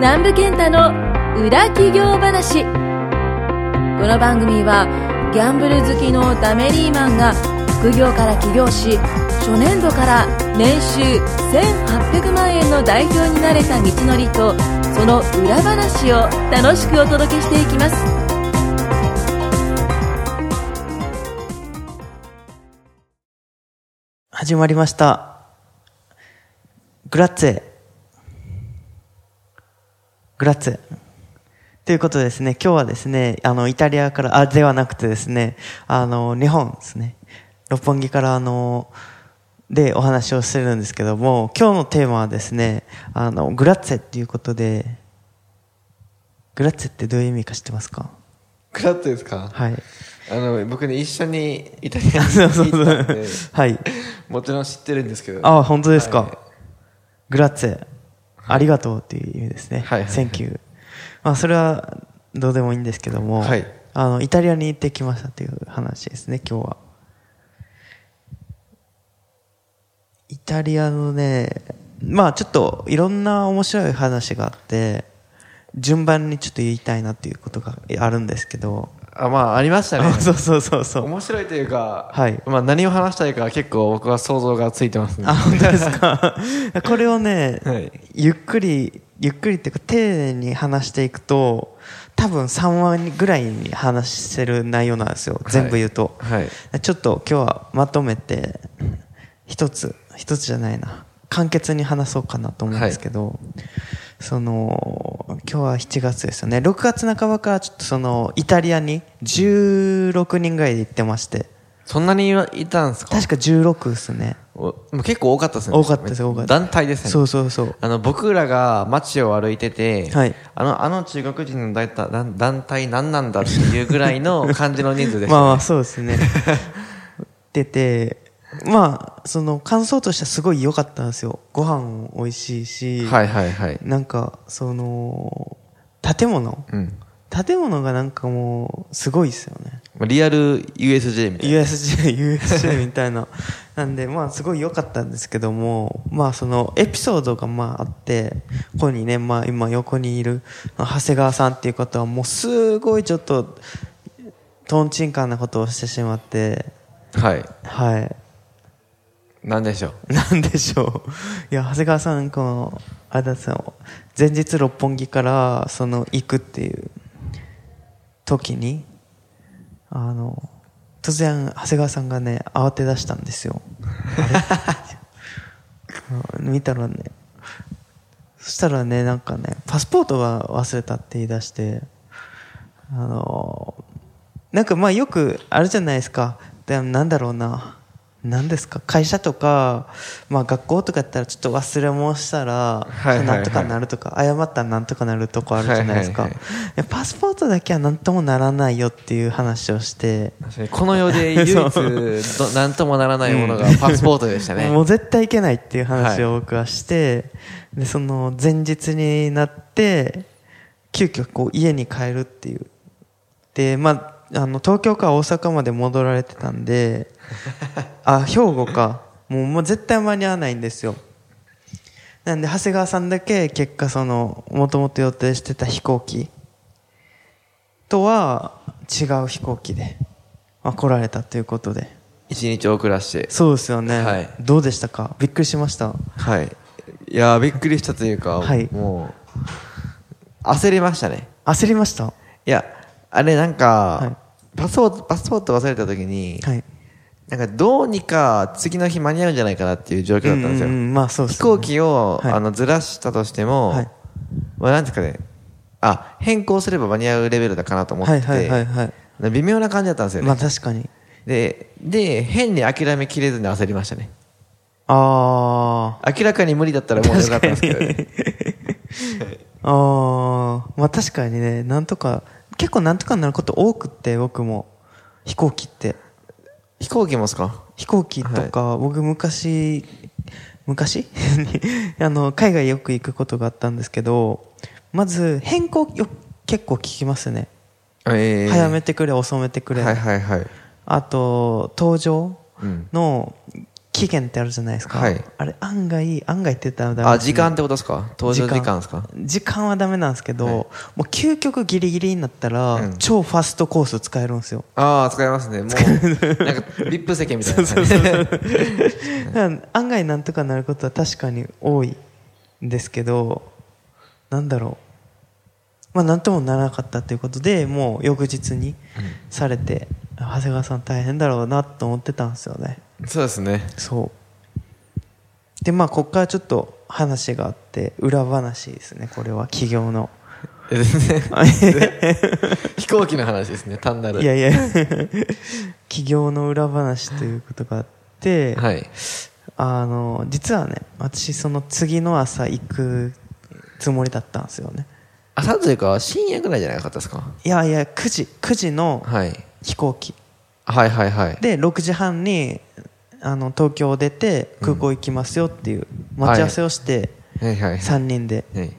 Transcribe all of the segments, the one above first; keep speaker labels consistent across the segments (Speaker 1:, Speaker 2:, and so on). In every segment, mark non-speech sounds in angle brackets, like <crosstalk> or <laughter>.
Speaker 1: 南部健太の裏企業話この番組はギャンブル好きのダメリーマンが副業から起業し初年度から年収1800万円の代表になれた道のりとその裏話を楽しくお届けしていきます
Speaker 2: 始まりました。グラッツェ。グラッツェ。ということでですね、今日はですね、あの、イタリアから、あ、ではなくてですね、あの、日本ですね、六本木からあの、でお話をするんですけども、今日のテーマはですね、あの、グラッツェっていうことで、グラッツェってどういう意味か知ってますか
Speaker 3: クラッとですか、 <laughs>
Speaker 2: はい。
Speaker 3: あの僕ね一緒にイタリアに
Speaker 2: <laughs> そうそうそ
Speaker 3: 行ったんで
Speaker 2: う。はい。
Speaker 3: もちろん知ってるんですけど
Speaker 2: あ、本当ですか。
Speaker 3: はい
Speaker 2: グラッツェ。ありがとうっていう意味ですね。
Speaker 3: はいはいはい
Speaker 2: センキュー。まあ、それはどうでもいいんですけども、
Speaker 3: はい
Speaker 2: あの、イタリアに行ってきましたという話ですね、今日は。イタリアのね、まあちょっといろんな面白い話があって、順番にちょっと言いたいなっていうことがあるんですけど、
Speaker 3: あまあありましたね
Speaker 2: あ <laughs> そうそうそうそう。
Speaker 3: 面白いというか、
Speaker 2: はい
Speaker 3: まあ、何を話したいか結構僕は想像がついてますね
Speaker 2: あ、本当です
Speaker 3: <laughs>
Speaker 2: か。これをね、
Speaker 3: はい
Speaker 2: ゆっくり、ゆっくりっていうか、丁寧に話していくと、多分3話ぐらいに話してる内容なんですよ。
Speaker 3: はい
Speaker 2: 全部言うと。
Speaker 3: はい
Speaker 2: ちょっと今日はまとめて、一つ、一つじゃないな。簡潔に話そうかなと思うんですけど、その、今日は7月ですよね。6月半ばからちょっとその、イタリアに16人ぐらいで行ってまして、
Speaker 3: そんなにいたんですか
Speaker 2: 確か16ですね。
Speaker 3: おもう結構多かったですね
Speaker 2: 多かったです多かった
Speaker 3: 団体ですね
Speaker 2: そうそうそう。
Speaker 3: あの僕らが街を歩いてて、
Speaker 2: はい
Speaker 3: あのあの中国人の団体団団体何なんだっていうぐらいの感じの人数でし
Speaker 2: <laughs>
Speaker 3: た、
Speaker 2: まあまあそうです
Speaker 3: <laughs>
Speaker 2: ね出てまあその感想としてはすごい良かったんですよご飯も美味しいし、
Speaker 3: はいはいはい、
Speaker 2: なんかその建物
Speaker 3: うん、
Speaker 2: 建物がなんかもうすごいですよね
Speaker 3: まあリアル USJ みたいな
Speaker 2: USJ、USJ みたいな。なんで、まあ、すごい良かったんですけども、まあ、その、エピソードがまああって、ここにね、まあ、今横にいる、長谷川さんっていう方は、もう、すごいちょっと、トンチンカンなことをしてしまって、
Speaker 3: はい
Speaker 2: はい。
Speaker 3: なんでしょう
Speaker 2: なんでしょう。いや、長谷川さん、この、あれだったの前日六本木から、その、行くっていう、時に、あの、突然、長谷川さんがね、慌て出したんですよ。あれ <laughs> 見たらね、そしたらね、なんかね、パスポートが忘れたって言い出して、あの、なんかまあよくあるじゃないですか。でもなんだろうな。なんですか会社とか、まあ学校とかやったらちょっと忘れ物したら、
Speaker 3: はいはいはい
Speaker 2: なんとかなるとか、誤ったらなんとかなるとこあるじゃないですか。
Speaker 3: はいはい
Speaker 2: でパスポートだけは何ともならないよっていう話をして、
Speaker 3: 確かにこの世で唯一どなんともならないものがパスポートでしたね、
Speaker 2: もう絶対いけないっていう話を僕はして、で、その前日になって、急遽こう家に帰るっていう。で、まあ、あの、東京から大阪まで戻られてたん
Speaker 3: <laughs>
Speaker 2: で、あ、兵庫か。もう、もう絶対間に合わないんですよ。なんで、長谷川さんだけ結果その、もともと予定してた飛行機とは違う飛行機で、まあ、来られたということで。
Speaker 3: 一日遅らして
Speaker 2: そうですよね、
Speaker 3: はい
Speaker 2: どうでしたかびっくりしました
Speaker 3: はいいやーびっくりしたというか、
Speaker 2: はい
Speaker 3: もう焦りましたね
Speaker 2: 焦りましたはい
Speaker 3: やあれなんか、
Speaker 2: はい
Speaker 3: パスポートパスポート忘れた時に、
Speaker 2: い
Speaker 3: なんかどうにか次の日間に合うんじゃないかなっていう状況だったんですよ、
Speaker 2: うううんまあそうです
Speaker 3: 飛
Speaker 2: ね、
Speaker 3: 行機を、
Speaker 2: はい
Speaker 3: あのずらしたとしても、
Speaker 2: はい
Speaker 3: まあ、なんですかねあ変更すれば間に合うレベルだかなと思って、
Speaker 2: はいはいはいはい
Speaker 3: 微妙な感じだったんですよね、
Speaker 2: まあ確かに
Speaker 3: でで変に諦めきれずに焦りましたね
Speaker 2: あ
Speaker 3: 明らかに無理だったら
Speaker 2: あ
Speaker 3: もうよかったんですけ <laughs> ど、ね、
Speaker 2: ああまあ確かにねなんとか結構なんとかなること多くって僕も飛行機って
Speaker 3: 飛行機もですか
Speaker 2: 飛行機とか、僕昔昔 <laughs> あの海外よく行くことがあったんですけどまず変更よ結構聞きますね、
Speaker 3: え
Speaker 2: 早めてくれ遅めてくれ、
Speaker 3: はいはいはい
Speaker 2: あと、登場
Speaker 3: うん
Speaker 2: の期限ってあるじゃないですか。
Speaker 3: はい
Speaker 2: あれ、案外、案外って言ったらダメ
Speaker 3: あ、
Speaker 2: ですね
Speaker 3: 時間ってことですか登場時間ですか
Speaker 2: 時間はダメなんですけど、
Speaker 3: はい
Speaker 2: もう究極ギリギリになったら、
Speaker 3: うん
Speaker 2: 超ファストコース使えるんですよ。
Speaker 3: ああ、使えますね。もう、なんか、リップ席みたいな感じ
Speaker 2: だ
Speaker 3: で。
Speaker 2: から案外 <laughs> なんとかなることは確かに多いんですけど、なんだろう。まあなんともならなかったということで、もう翌日にされて、長谷川さん大変だろうなと思ってたんですよね。
Speaker 3: そうですね。
Speaker 2: そう。で、まあここからちょっと話があって、裏話ですね、これは企業の。
Speaker 3: えですね <laughs> 飛行機の話ですね、単なる。
Speaker 2: <laughs> いやいや、 <laughs> 企業の裏話ということがあって、
Speaker 3: はい。
Speaker 2: あの、実はね、私その次の朝行くつもりだったんですよね。
Speaker 3: 朝というか、深夜ぐらいじゃなかったですか
Speaker 2: いやいや、9時、9時の
Speaker 3: はい。
Speaker 2: 飛行機。
Speaker 3: はいはいはい。
Speaker 2: で、6時半に、あの、東京を出て空港行きますよっていう待ち合わせをして、
Speaker 3: はいはい。
Speaker 2: 3人で。
Speaker 3: はい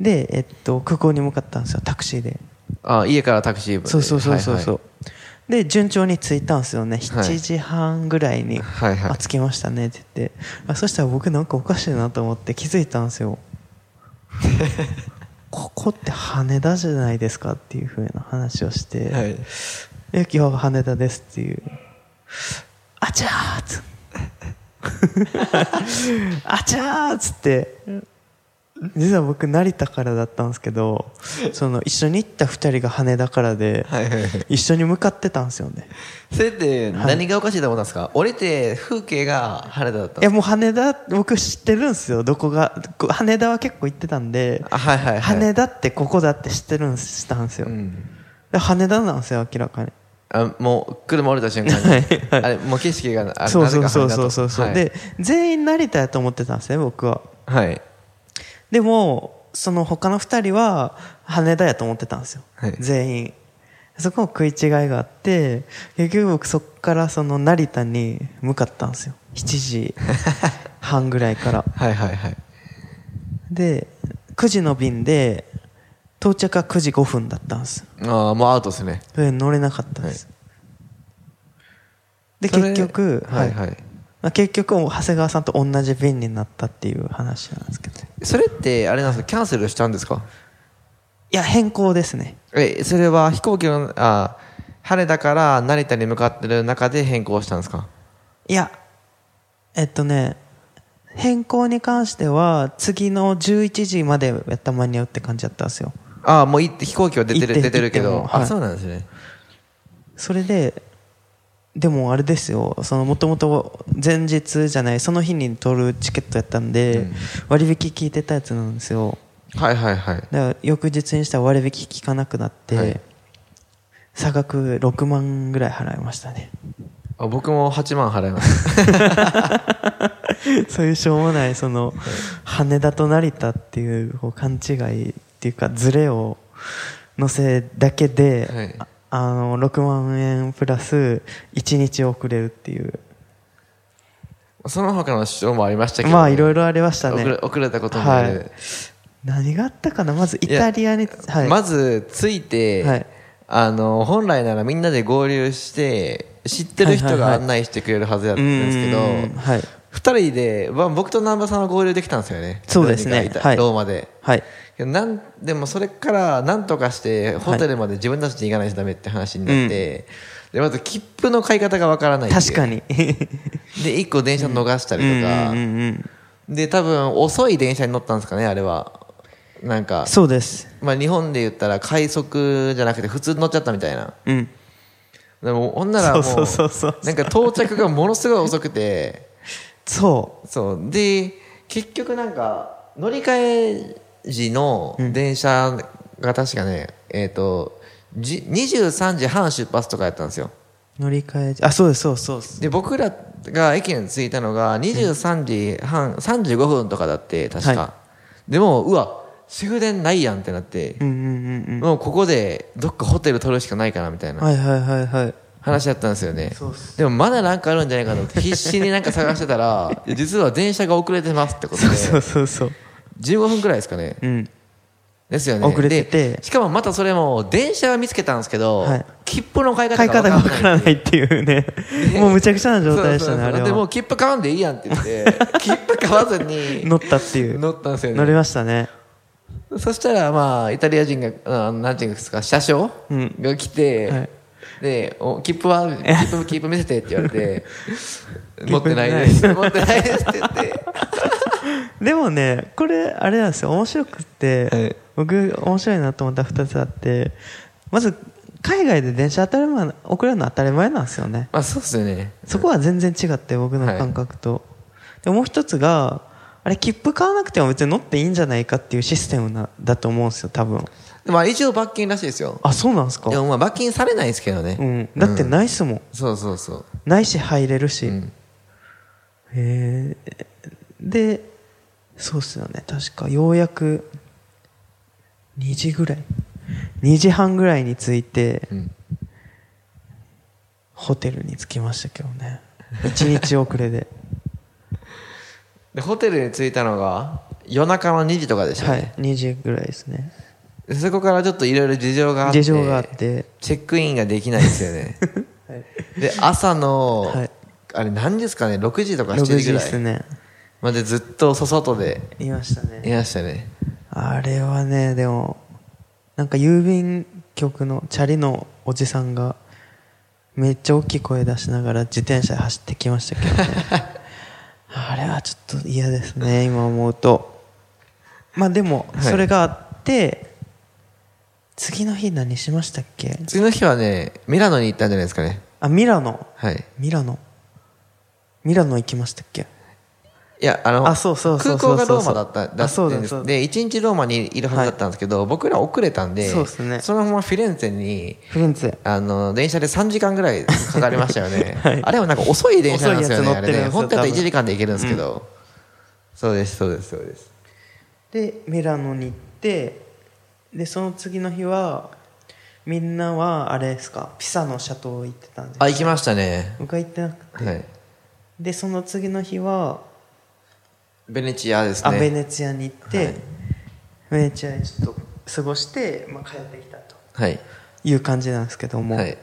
Speaker 2: で、えっと、空港に向かったんですよ、タクシーで。
Speaker 3: あ家からタクシー部で
Speaker 2: そうそうそうそうそう
Speaker 3: は。
Speaker 2: で、順調に着いたんですよね。
Speaker 3: はい
Speaker 2: 7時半ぐらいに。
Speaker 3: はいはい
Speaker 2: あ、着きましたねって言って。あそしたら僕なんかおかしいなと思って気づいたんです
Speaker 3: <laughs>
Speaker 2: よ。ここって羽田じゃないですかっていう風な話をして、
Speaker 3: いはい。はい
Speaker 2: え、今日は羽田ですっていう。あちゃーっつ。あちゃーっつって。実は僕成田からだったんですけど、その一緒に行った二人が羽田からで、
Speaker 3: はいはいはい。
Speaker 2: 一緒に向かってたんですよね。
Speaker 3: それって何がおかしいと思ったんですか、降りて風景が晴れだったん
Speaker 2: い
Speaker 3: で
Speaker 2: や
Speaker 3: す
Speaker 2: もう羽田、僕知ってるんですよ。どこが、こ羽田は結構行ってたんで、
Speaker 3: あはいはいはい
Speaker 2: 羽田ってここだって知ってるんすしたんですよ。
Speaker 3: かうん
Speaker 2: で羽田なんですよ、明らかに。
Speaker 3: あもう車降りた瞬間に、
Speaker 2: <laughs> はいはい
Speaker 3: あれもう景色があ
Speaker 2: そうそう
Speaker 3: なぜ
Speaker 2: そう
Speaker 3: か晴れだ
Speaker 2: そ
Speaker 3: と
Speaker 2: うそうそう、
Speaker 3: はい、
Speaker 2: で、全員成田やと思ってたんですね、僕は。
Speaker 3: はい
Speaker 2: でも、その他の二人は羽田やと思ってたんですよ。
Speaker 3: はい
Speaker 2: 全員。そこも食い違いがあって、結局僕そこからその成田に向かったんですよ。7時
Speaker 3: <laughs>
Speaker 2: 半ぐらいから。
Speaker 3: はいはいはい
Speaker 2: で、9時の便で、到着は9時5分だったんです。
Speaker 3: ああもうアウトですね
Speaker 2: それ乗れなかったんです。で、
Speaker 3: それ
Speaker 2: 結局、
Speaker 3: はい
Speaker 2: はい
Speaker 3: はい、
Speaker 2: まあ結局、長谷川さんと同じ便になったっていう話なんですけど。
Speaker 3: それってあれなんですかキャンセルしたんですか
Speaker 2: いや、変更ですね。
Speaker 3: えそれは飛行機のあ晴れだから成田に向かってる中で変更したんですか
Speaker 2: いや、えっとね、変更に関しては、次の11時までやったら間に合うって感じだったんですよ。
Speaker 3: ああもう行って飛行機は出て
Speaker 2: 行って
Speaker 3: る出てるけ
Speaker 2: 行って
Speaker 3: ど、
Speaker 2: もはい
Speaker 3: あそうなんですね
Speaker 2: それで、でもあれですよ、そのもともと前日じゃない、その日に取るチケットやったんで、
Speaker 3: うん
Speaker 2: 割引聞いてたやつなんですよ。
Speaker 3: はいはいはい
Speaker 2: だから翌日にしたら割引聞かなくなって、
Speaker 3: はい
Speaker 2: 差額6万ぐらい払いましたね。
Speaker 3: あ僕も8万払いました
Speaker 2: <laughs> そういうしょうもない、その、羽田と成田っていうこう勘違いっていうか、ズレを乗せだけで、
Speaker 3: はい
Speaker 2: ああの、6万円プラス1日遅れるっていう。
Speaker 3: その他の主張もありましたけど、
Speaker 2: まあ、いろいろありました
Speaker 3: 遅れ
Speaker 2: ね。
Speaker 3: 遅れたこともある、
Speaker 2: はい何があったかなまずイタリアに、はい。
Speaker 3: まず着いて、
Speaker 2: はい
Speaker 3: あの本来ならみんなで合流して知ってる人
Speaker 2: はいはい
Speaker 3: が
Speaker 2: はい
Speaker 3: 案内してくれるはずだったんですけど、
Speaker 2: う
Speaker 3: 二
Speaker 2: ーんはい
Speaker 3: 2人で、まあ、僕と南波さんは合流できたんですよね
Speaker 2: そうです
Speaker 3: ど
Speaker 2: ね
Speaker 3: にかいた
Speaker 2: はい
Speaker 3: ローマで
Speaker 2: はい。
Speaker 3: けどなんでもそれからなんとかしてホテルまで自分たちで行かないとダメって話になって、でまず切符の買い方がわからないっていう
Speaker 2: 確か
Speaker 3: <laughs>
Speaker 2: に。
Speaker 3: で1個電車逃したりとか、
Speaker 2: うんうんうん
Speaker 3: で多分遅い電車に乗ったんですかねあれはなんか
Speaker 2: そうです。
Speaker 3: まあ、日本で言ったら快速じゃなくて普通に乗っちゃったみたいな
Speaker 2: うん。
Speaker 3: でもほんならもう
Speaker 2: そうそうそうそう
Speaker 3: なんか到着がものすごい遅くて
Speaker 2: そ
Speaker 3: そうで結局なんか乗り換え時の電車が確かね、えっ、とじ23時半出発とかやったんですよ
Speaker 2: う。乗り換え、あ、そうです、そうですそうです。
Speaker 3: で僕らが駅に着いたのが23時半、35分とかだって確か、
Speaker 2: は
Speaker 3: でもうわ終電ないやんってなって、
Speaker 2: うんうんうん
Speaker 3: もうここでどっかホテル取るしかないかなみたい
Speaker 2: うん。
Speaker 3: な
Speaker 2: はいはいはいはい。
Speaker 3: 話だったんですよね
Speaker 2: そうっす
Speaker 3: でもまだなんかあるんじゃないかと思って必死になんか探して
Speaker 2: <laughs>
Speaker 3: たらいや実は電車が遅れてますってこと
Speaker 2: そ
Speaker 3: で
Speaker 2: うそうそうそう。
Speaker 3: 15分くらいですかね
Speaker 2: うん。
Speaker 3: ですよね
Speaker 2: 遅れてて
Speaker 3: でしかもまたそれも電車は見つけたんですけど、
Speaker 2: はい
Speaker 3: 切符の買い
Speaker 2: 買
Speaker 3: 方
Speaker 2: い方
Speaker 3: が
Speaker 2: が
Speaker 3: わ
Speaker 2: わ
Speaker 3: か
Speaker 2: からら
Speaker 3: ない
Speaker 2: ないっていう
Speaker 3: <laughs>
Speaker 2: ね、もうむちゃくちゃな状態でしたね、
Speaker 3: そうそうそう
Speaker 2: あれ
Speaker 3: でも
Speaker 2: は
Speaker 3: う。切符買わんでいいやんって言って
Speaker 2: <laughs>
Speaker 3: 切符買わずに
Speaker 2: 乗ったっていう。
Speaker 3: 乗ったんですよ
Speaker 2: 乗り
Speaker 3: ね
Speaker 2: ましたね。
Speaker 3: そしたらまあイタリア人があなんていうんですか車掌
Speaker 2: うん
Speaker 3: が来て、
Speaker 2: はい
Speaker 3: でお切符は切
Speaker 2: <laughs>
Speaker 3: 符切符見せてって言われて持ってないです持ってないですって言って <laughs>
Speaker 2: でもね、これ、あれなんですよ、面白くって、
Speaker 3: はい
Speaker 2: 僕、面白いなと思った2つあって、まず、海外で電車当たり前な、遅れるの当たり前なんですよね。
Speaker 3: まあそうっすよね
Speaker 2: そこは全然違って、僕の感覚と。で、もう一つが、あれ、切符買わなくても別に乗っていいんじゃないかっていうシステムなだと思うんですよ、多分。
Speaker 3: まあ一応罰金らしいですよ
Speaker 2: あ、そうなんですか
Speaker 3: でもまあ罰金されないですけどね、
Speaker 2: うん。だって
Speaker 3: い、
Speaker 2: ないっすもん。
Speaker 3: そうそうそう
Speaker 2: ないし、入れるし。
Speaker 3: うん
Speaker 2: へえでそうっすよね確かようやく2時ぐらい2時半ぐらいに着いて
Speaker 3: うん
Speaker 2: ホテルに着きましたけどね1日遅れ
Speaker 3: <laughs>
Speaker 2: で
Speaker 3: でホテルに着いたのが夜中の2時とかでした
Speaker 2: は
Speaker 3: ね、
Speaker 2: い2時ぐらいですね
Speaker 3: でそこからちょっといろいろ事情があって
Speaker 2: 事情があって
Speaker 3: チェックインができないんです
Speaker 2: <laughs>
Speaker 3: よね、で朝の、
Speaker 2: はい
Speaker 3: あれ何時ですかね6時とか7
Speaker 2: 6
Speaker 3: 時
Speaker 2: 時
Speaker 3: ぐ
Speaker 2: で
Speaker 3: ら
Speaker 2: す
Speaker 3: い
Speaker 2: ね
Speaker 3: までずっと外で
Speaker 2: いました
Speaker 3: い
Speaker 2: ね
Speaker 3: ましたね
Speaker 2: あれはねでもなんか郵便局のチャリのおじさんがめっちゃ大きい声出しながら自転車で走ってきましたけどね <laughs> あれはちょっと嫌ですね今思うとまあでも
Speaker 3: はい
Speaker 2: それがあって、次の日何しましたっけ
Speaker 3: 次の日はねミラノに行ったんじゃないですかね
Speaker 2: あミラノ
Speaker 3: はい
Speaker 2: ミラノミラノ行きましたっけ
Speaker 3: いやあの
Speaker 2: あそうそうそう
Speaker 3: 空
Speaker 2: そう
Speaker 3: 港がローマだっただ
Speaker 2: あ
Speaker 3: った
Speaker 2: そ
Speaker 3: ん
Speaker 2: うだ
Speaker 3: です
Speaker 2: そうだ
Speaker 3: で1日ローマにいるはずだったんですけど、僕ら遅れたんで
Speaker 2: そうですね
Speaker 3: そのままフィレンツェに
Speaker 2: フィレンツェ
Speaker 3: あの電車で3時間ぐらいかかりましたよね、
Speaker 2: <laughs> はい
Speaker 3: あれはなんか遅い電車なんですよね
Speaker 2: 遅いやつ乗
Speaker 3: あ
Speaker 2: ってる
Speaker 3: れ
Speaker 2: んです
Speaker 3: ね
Speaker 2: よ
Speaker 3: 本当だったら
Speaker 2: 多
Speaker 3: 1
Speaker 2: 分
Speaker 3: 時間で行けるんですけど、そうですそうですそうです
Speaker 2: でミラノに行ってでその次の日はみんなはあれですかピサのシャトー行ってたんです
Speaker 3: あ行きましたね
Speaker 2: 僕は行ってなくて
Speaker 3: はい
Speaker 2: でその次の日は、
Speaker 3: ベネチアです
Speaker 2: あベ
Speaker 3: ね
Speaker 2: ネチアに行って、
Speaker 3: はい
Speaker 2: ベネチアにちょっと過ごして、まあ、帰ってきたと
Speaker 3: はい
Speaker 2: いう感じなんですけども、
Speaker 3: はい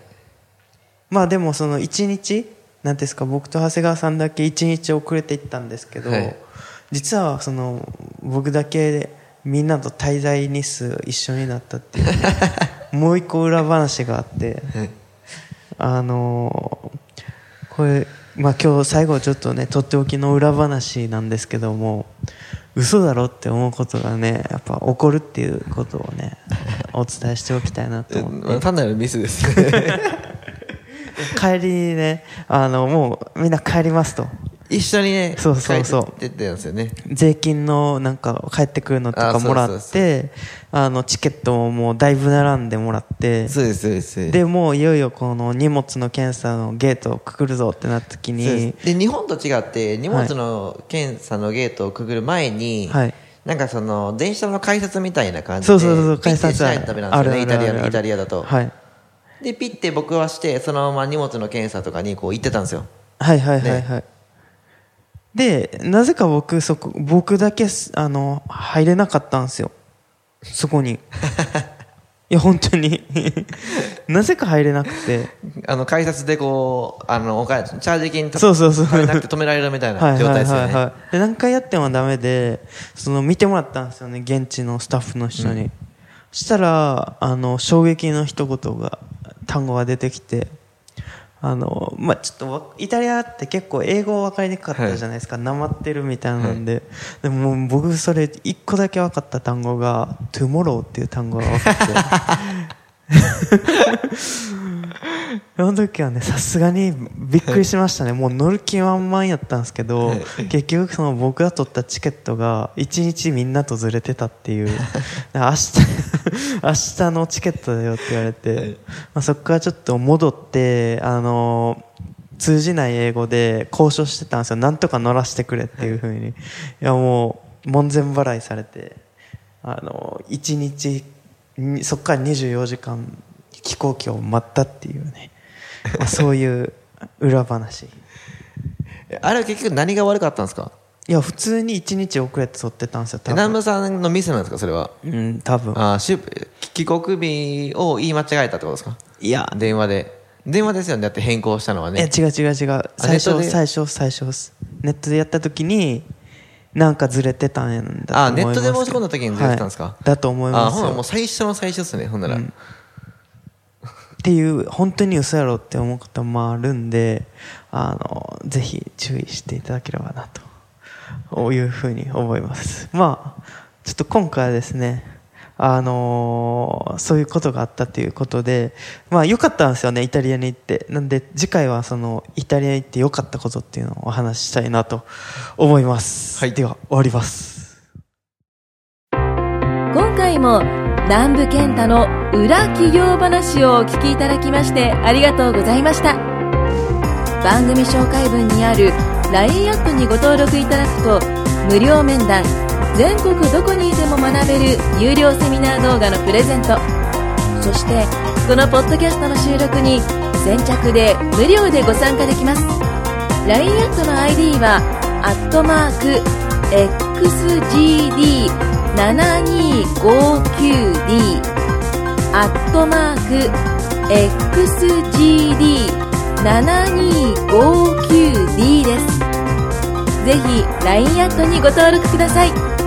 Speaker 2: まあでもその1日なんていうんですか僕と長谷川さんだけ1日遅れて行ったんですけど、
Speaker 3: はい
Speaker 2: 実はその僕だけみんなと滞在日数一緒になったっていう
Speaker 3: <laughs>
Speaker 2: もう一個裏話があって
Speaker 3: はい
Speaker 2: あのーこれ、まあ、今日最後ちょっとねとっておきの裏話なんですけども嘘だろって思うことがねやっぱ起こるっていうことを
Speaker 3: <laughs>
Speaker 2: ねお伝えしておきたいなと思って
Speaker 3: まあ単なるミ
Speaker 2: <laughs>
Speaker 3: スですね
Speaker 2: 帰りにねあのもうみんな帰りますと
Speaker 3: 一緒にね
Speaker 2: そうそうそう
Speaker 3: 帰ってってたんですよね
Speaker 2: 税金のなんか帰ってくるのとか
Speaker 3: あそうそう
Speaker 2: もらってあのチケットももうだいぶ並んでもらって
Speaker 3: そうですそうですそうです
Speaker 2: でもういよいよこの荷物の検査のゲートをくくるぞってなった時
Speaker 3: そうで
Speaker 2: に
Speaker 3: すで日本と違って荷物の検査のゲートをくぐる前に、
Speaker 2: はい
Speaker 3: なんかその電車の改札みたいな感じで
Speaker 2: そうそうそうそう
Speaker 3: ピッ
Speaker 2: 改
Speaker 3: て
Speaker 2: 札
Speaker 3: しないとダメなんですよねイタリアのイタリアだと、
Speaker 2: はい、
Speaker 3: でピッて僕はしてそのまま荷物の検査とかにこう行ってたんですよ
Speaker 2: はいはいはいはい、でなぜか僕そこ僕だけすあの入れなかったんですよそこ <laughs> にいや本当に <laughs> なぜか入れなくて
Speaker 3: あの改札でこうあのお金チャージ金と
Speaker 2: そうそうそう
Speaker 3: 払えなくて止められるみたい
Speaker 2: は
Speaker 3: ない状
Speaker 2: は
Speaker 3: 態
Speaker 2: い
Speaker 3: ですよ
Speaker 2: はい
Speaker 3: ね
Speaker 2: はいで何回やってもダメでその見てもらったんですよね現地のスタッフの人に、したらあの衝撃の一言が単語が出てきてあのまあちょっとわイタリアって結構英語分かりにくかったじゃないですかなま、ってるみたいなんで、でももう僕それ一個だけ分かった単語が「トゥモロー」っていう単語が分かってその時はね、さすがにびっくりしましたね。もう乗る気満々やったんですけど、結局その僕が取ったチケットが一日みんなとずれてたっていう。 <laughs> 明日、明日 <laughs> のチケットだよって言われて、まあ、そこからちょっと戻って、あの通じない英語で交渉してたんですよ。なんとか乗らせてくれっていうふうに。いやもう、門前払いされて、あの一日にそこから24時間飛行機を待ったっていうね、
Speaker 3: <laughs>
Speaker 2: まあそういう裏話
Speaker 3: あれは結局何が悪かったんですか
Speaker 2: いや普通に1日遅れて撮ってたんですよ
Speaker 3: え
Speaker 2: 多
Speaker 3: 南
Speaker 2: 分
Speaker 3: 部さんのミスなんですかそれは
Speaker 2: うん多分
Speaker 3: あーシュ帰国日を言い間違えたってことですか
Speaker 2: いや、
Speaker 3: 電話で電話ですよねだって変更したのは
Speaker 2: え
Speaker 3: ね
Speaker 2: 違う違う違う最
Speaker 3: ネッ
Speaker 2: 初
Speaker 3: トで
Speaker 2: 最初最初っすネットでやった時になんかずれてたんだと思います
Speaker 3: あネットで申し込んだ時にずれてたんですか
Speaker 2: はいだと思い
Speaker 3: あ
Speaker 2: ま
Speaker 3: ほ
Speaker 2: す
Speaker 3: んな
Speaker 2: よ
Speaker 3: らもう最初の最初ですねほんなら、
Speaker 2: うんっていう本当に嘘やろって思うこともあるんであのぜひ注意していただければなとこういうふうに思いますまあちょっと今回はですねあのーそういうことがあったということでまあ良かったんですよねイタリアに行ってなんで次回はそのイタリアに行って良かったことっていうのをお話ししたいなと思います、
Speaker 3: はい
Speaker 2: では終わります
Speaker 1: 今回も南部健太の裏企業話をお聞きいただきましてありがとうございました番組紹介文にある LINE アットにご登録いただくと無料面談全国どこにいても学べる有料セミナー動画のプレゼントそしてこのポッドキャストの収録に先着で無料でご参加できます LINE アットの ID はアットマーク XGD7259D アットマーク XGD7259D ですぜひ LINE アットにご登録ください